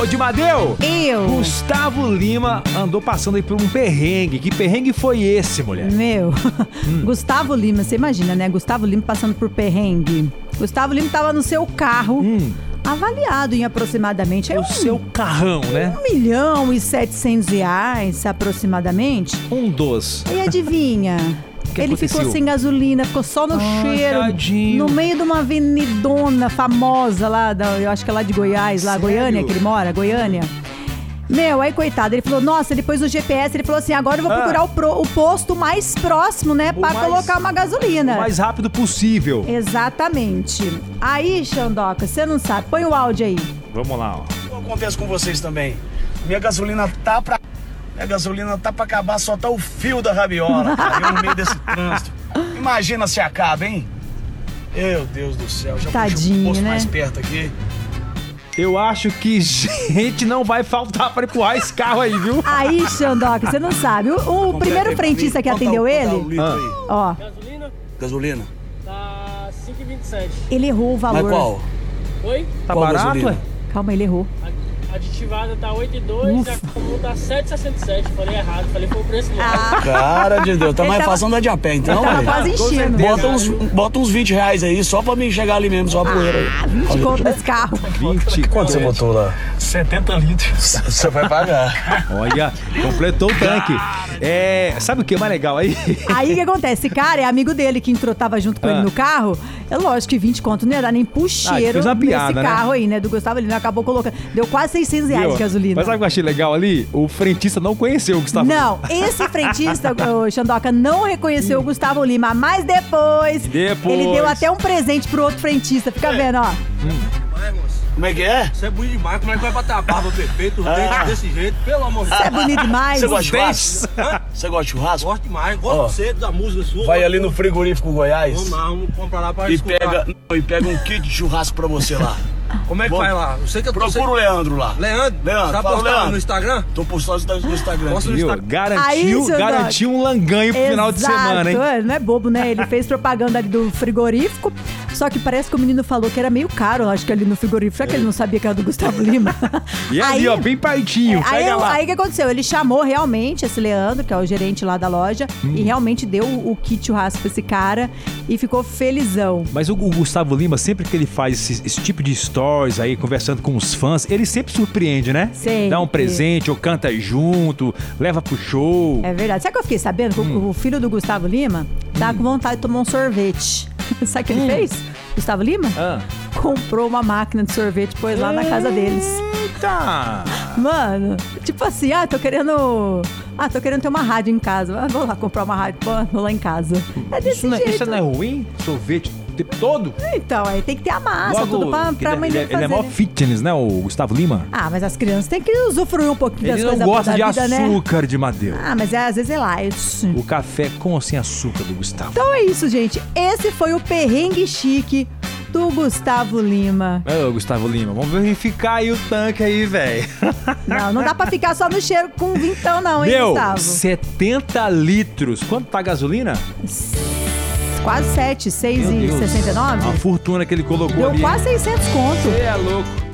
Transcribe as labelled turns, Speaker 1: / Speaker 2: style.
Speaker 1: Ô, Dimadeu!
Speaker 2: Eu.
Speaker 1: Gustavo Lima andou passando aí por um perrengue. Que perrengue foi esse, mulher?
Speaker 2: Meu.
Speaker 1: Hum.
Speaker 2: Gustavo Lima, você imagina, né? Gustavo Lima passando por perrengue. Gustavo Lima tava no seu carro,
Speaker 1: Hum,
Speaker 2: avaliado em aproximadamente. é
Speaker 1: o
Speaker 2: um
Speaker 1: seu carrão, né?
Speaker 2: milhão e setecentos reais, aproximadamente.
Speaker 1: Um dos.
Speaker 2: E adivinha?
Speaker 1: Que
Speaker 2: ele
Speaker 1: aconteceu?
Speaker 2: ficou sem gasolina, ficou só no
Speaker 1: Ah,
Speaker 2: cheiro.
Speaker 1: tadinho.
Speaker 2: No meio de uma avenidona famosa lá, da, eu acho que é lá de Goiás, lá,
Speaker 1: Sério?
Speaker 2: Goiânia, que ele mora, Goiânia. Meu, aí coitado, ele falou, nossa, ele pôs o GPS, ele falou assim, agora eu vou
Speaker 1: Ah.
Speaker 2: procurar o, pro- o posto mais próximo, né, pra
Speaker 1: mais-
Speaker 2: colocar uma gasolina.
Speaker 1: O mais rápido possível.
Speaker 2: Exatamente. Aí, Xandoca, você não sabe, põe o áudio aí.
Speaker 1: Vamos lá, ó.
Speaker 3: Acontece com vocês também. Minha gasolina tá pra. Minha gasolina tá pra acabar, só tá o fio da rabiola, cara, eu no meio desse trânsito. Imagina se acaba, hein? Meu Deus do céu, já puxei
Speaker 2: Tadinho,
Speaker 3: o posto
Speaker 2: né?
Speaker 3: mais perto aqui.
Speaker 1: Eu acho que gente não vai faltar pra empurrar esse carro aí, viu?
Speaker 2: Aí, Xandoca, você não sabe, o- o, primeiro frentista que
Speaker 1: um-
Speaker 2: atendeu
Speaker 3: tá
Speaker 2: ele,
Speaker 1: Ah.
Speaker 2: ó,
Speaker 4: Gasolina
Speaker 3: Gasolina.
Speaker 4: tá 5,27.
Speaker 2: ele errou o valor.
Speaker 3: Mas qual?
Speaker 4: Oi?
Speaker 1: Tá
Speaker 3: Qual
Speaker 1: barato,
Speaker 3: gasolina?
Speaker 1: é?
Speaker 2: Calma, ele errou.
Speaker 4: A aditivada tá 8,2 e a comum tá 7,67. Falei errado, falei foi o preço louco.
Speaker 2: Ah,
Speaker 3: Cara de Deus, tá
Speaker 2: Ele
Speaker 3: mais
Speaker 2: tava-
Speaker 3: fácil andar de a pé, então,
Speaker 2: tava
Speaker 3: velho.
Speaker 2: quase enchendo.
Speaker 3: Bota uns, bota uns 20 reais aí, só pra mim chegar ali mesmo, só pra poeira aí.
Speaker 2: Ah, 20 conto desse carro.
Speaker 1: 20.
Speaker 3: Quanto você botou lá? 70 litros. Você vai pagar.
Speaker 1: Olha, completou o tanque. É, sabe o que é mais legal aí?
Speaker 2: Aí o que acontece? Esse cara é amigo dele que entrou, tava junto com
Speaker 1: Ah.
Speaker 2: ele no carro. É lógico que 20 conto não ia dar nem puxeiro
Speaker 1: fez uma piada, né?
Speaker 2: nesse carro aí, né? Do Gustavo Lima. Acabou colocando. Deu quase 600 reais
Speaker 1: Viu?
Speaker 2: de gasolina.
Speaker 1: Mas sabe o que eu achei legal ali? O frentista não conheceu o Gustavo.
Speaker 2: Não, esse frentista, o Xandoca, não reconheceu o Gustavo Lima, mas depois,
Speaker 1: Depois. É.
Speaker 2: ele deu até um presente pro outro frentista. Fica vendo, ó.
Speaker 3: Como é que é?
Speaker 5: Você é bonito demais, como é que vai bater a barba perfeito, os
Speaker 3: Ah.
Speaker 5: dentes desse jeito, pelo amor de
Speaker 2: Você
Speaker 5: Deus.
Speaker 2: é bonito demais.
Speaker 3: Você gosta de
Speaker 1: dentes.
Speaker 3: churrasco? Você gosta de churrasco?
Speaker 5: Gosto demais, gosto
Speaker 3: Ó.
Speaker 5: de você, da música sua.
Speaker 3: Vai
Speaker 5: gosto
Speaker 3: ali no
Speaker 5: de-
Speaker 3: frigorífico Goiás
Speaker 5: Vamos lá, vamos comprar lá pra
Speaker 3: e
Speaker 5: escutar.
Speaker 3: pega, não, e pega um kit de churrasco pra você lá.
Speaker 5: Como é que
Speaker 3: Vamos.
Speaker 5: faz lá? Eu sei que eu tô
Speaker 3: Procura o
Speaker 5: sem-
Speaker 3: Leandro lá.
Speaker 5: Leandro,
Speaker 3: Leandro,
Speaker 5: tá
Speaker 3: fala,
Speaker 5: postando
Speaker 3: Leandro.
Speaker 5: no Instagram?
Speaker 3: Tô postando no Instagram.
Speaker 5: Posso-
Speaker 1: Viu?
Speaker 5: Instagram.
Speaker 2: Aí,
Speaker 1: Garantiu,
Speaker 2: seu
Speaker 1: garantiu um langanho pro final de
Speaker 2: Exato,
Speaker 1: semana, hein?
Speaker 2: é, Não é bobo, né? Ele fez propaganda ali do frigorífico. Só que parece que o menino falou que era meio caro, acho que ali no frigorífico. Será que ele não sabia que era do Gustavo Lima?
Speaker 1: E é ali, ó, bem pertinho.
Speaker 2: É, aí,
Speaker 1: pega lá.
Speaker 2: aí o que aconteceu? Ele chamou realmente esse Leandro, que é o gerente lá da loja,
Speaker 1: Hum.
Speaker 2: e realmente deu o kit churrasco pra esse cara e ficou felizão.
Speaker 1: Mas o, o Gustavo Lima, sempre que ele faz esse, esse tipo de stories aí, conversando com os fãs, ele sempre surpreende, né?
Speaker 2: Sempre.
Speaker 1: Dá um presente, ou canta junto, leva pro show.
Speaker 2: É verdade. Sabe o que eu fiquei sabendo? Que o-
Speaker 1: Hum.
Speaker 2: O filho do Gustavo Lima tá com vontade de tomar um sorvete. Sabe o que ele fez? Gustavo Lima?
Speaker 1: Hum. Ah.
Speaker 2: Comprou uma máquina de sorvete, e pôs lá na casa deles.
Speaker 1: Eita!
Speaker 2: Mano, tipo assim, ah, tô querendo. Ah, tô querendo ter uma rádio em casa. Ah, vou lá comprar uma rádio, pô, vou lá em casa. É desse
Speaker 1: Isso não, é-
Speaker 2: jeito.
Speaker 1: isso não é ruim? Sorvete o tempo todo?
Speaker 2: Então, aí tem que ter a massa, tudo pra,
Speaker 1: ele,
Speaker 2: pra mãe
Speaker 1: ele,
Speaker 2: dele
Speaker 1: é- ele é
Speaker 2: fazer,
Speaker 1: maior
Speaker 2: né?
Speaker 1: fitness, né, o Gustavo Lima?
Speaker 2: Ah, mas as crianças têm que usufruir um pouquinho das
Speaker 1: Ele não
Speaker 2: coisas
Speaker 1: gosta
Speaker 2: da
Speaker 1: de
Speaker 2: vida, né?
Speaker 1: açúcar de Madeu.
Speaker 2: Ah, mas é, às vezes é light.
Speaker 1: O café com ou sem açúcar do Gustavo.
Speaker 2: Então é isso, gente. Esse foi o perrengue chique do Gustavo Lima.
Speaker 1: Ô, Gustavo Lima, vamos verificar aí o tanque aí, velho.
Speaker 2: Não, não dá pra ficar só no cheiro com vintão, não, hein,
Speaker 1: Meu,
Speaker 2: Gustavo?
Speaker 1: 70 litros. Quanto tá a gasolina?
Speaker 2: Quase 7,
Speaker 1: Meu Deus.
Speaker 2: 6,69.
Speaker 1: A fortuna que ele colocou
Speaker 2: Deu
Speaker 1: ali.
Speaker 2: quase 600 conto.
Speaker 1: Você é louco.